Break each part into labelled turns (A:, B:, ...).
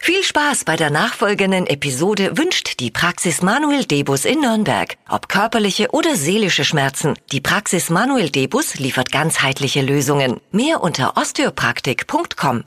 A: Viel Spaß bei der nachfolgenden Episode wünscht die Praxis Manuel Debus in Nürnberg. Ob körperliche oder seelische Schmerzen, die Praxis Manuel Debus liefert ganzheitliche Lösungen. Mehr unter osteopraktik.com.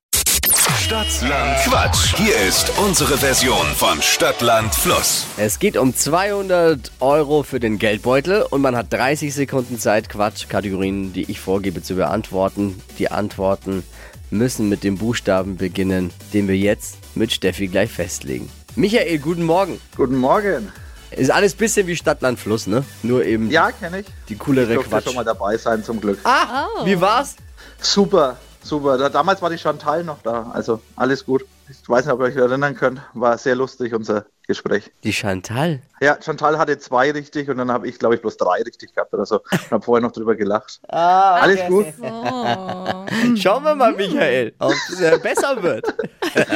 B: Stadtland Quatsch. Hier ist unsere Version von Stadtland Fluss.
C: Es geht um 200 Euro für den Geldbeutel und man hat 30 Sekunden Zeit, Quatschkategorien, die ich vorgebe, zu beantworten. Die Antworten müssen mit dem Buchstaben beginnen, den wir jetzt mit Steffi gleich festlegen. Michael, guten Morgen.
D: Guten Morgen.
C: Ist alles bisschen wie Stadtland Fluss, ne? Nur eben
D: Ja, kenne ich.
C: die coolere
D: Ich durfte
C: Quatsch.
D: schon mal dabei sein, zum Glück.
C: Ah, wie war's?
D: Super, super. Da, damals war die Chantal noch da. Also alles gut. Ich weiß nicht, ob ihr euch erinnern könnt. War sehr lustig, unser Gespräch.
C: Die Chantal.
D: Ja, Chantal hatte zwei richtig und dann habe ich, glaube ich, bloß drei richtig gehabt oder so. Und habe vorher noch drüber gelacht. alles gut.
C: Schauen wir mal, Michael, ob es äh, besser wird.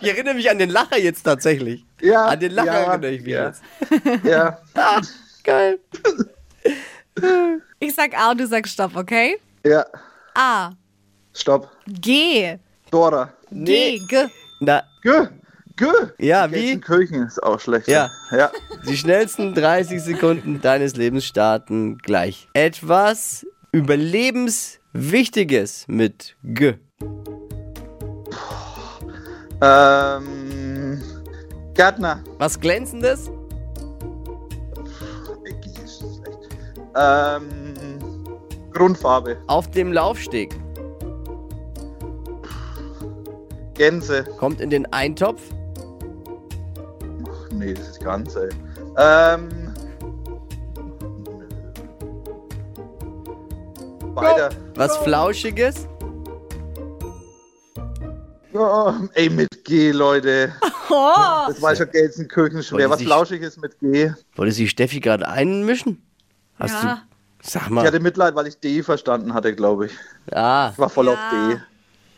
C: Ich erinnere mich an den Lacher jetzt tatsächlich.
D: Ja,
C: An den Lacher
D: ja,
C: erinnere ich mich
D: ja.
C: jetzt.
D: Ja,
C: Geil.
E: Ich sag A und du sagst Stopp, okay?
D: ja.
E: A.
D: Stopp.
E: G.
D: Dora.
C: Nee.
E: G. G.
C: Na,
D: Gö. Gö.
C: Ja, wie?
D: Gelsenkirchen ist auch schlecht.
C: Ja.
D: Ja.
C: Die schnellsten 30 Sekunden deines Lebens starten gleich. Etwas Überlebenswichtiges mit G.
D: Ähm, Gärtner.
C: Was Glänzendes?
D: Ähm, Grundfarbe.
C: Auf dem Laufsteg.
D: Gänse.
C: Kommt in den Eintopf.
D: Ach, nee, das ist ganz, ey. Ähm. Weiter.
C: Was Flauschiges?
D: Oh, ey, mit G, Leute. Das war schon Gelsenkirchen schwer.
C: Wollte
D: Was
C: sie-
D: Lauschiges mit G.
C: Wollte sie Steffi gerade einmischen? Hast
E: Ja.
C: du. Sag
D: Ich hatte
C: mal.
D: Mitleid, weil ich D verstanden hatte, glaube ich.
C: Ah,
D: Ich war voll
E: Ja.
D: auf D.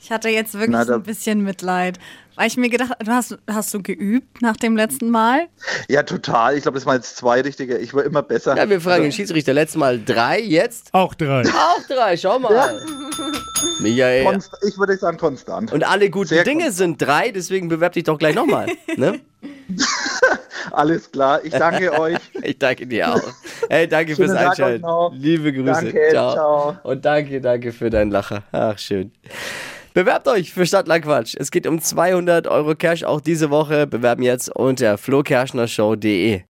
E: Ich hatte jetzt wirklich
D: Na, da-
E: so ein bisschen Mitleid. Weil ich mir gedacht du hast, hast du geübt nach dem letzten Mal?
D: Ja, total. Ich glaube, das waren jetzt zwei richtige. Ich war immer besser.
C: ja, wir fragen den Schiedsrichter. Letztes Mal drei, jetzt
F: Auch drei.
C: auch drei. Schau mal. Michael.
D: Also Konst Ich würde sagen, konstant.
C: Und alle guten
D: Sehr
C: Dinge sind drei, deswegen bewerb dich doch gleich nochmal. Ne?
D: Alles klar. Ich danke euch.
C: Ich danke dir auch. Hey, danke
D: Schönen
C: fürs
D: Tag euch
C: Einschalten.
D: noch.
C: Liebe Grüße.
D: Danke, ciao.
C: Und danke, danke für deinen Lacher. Ach, schön. Bewerbt euch für Stadtlandquatsch. Es geht um 200 Euro Cash auch diese Woche. Bewerben jetzt unter flokerschnershow.de.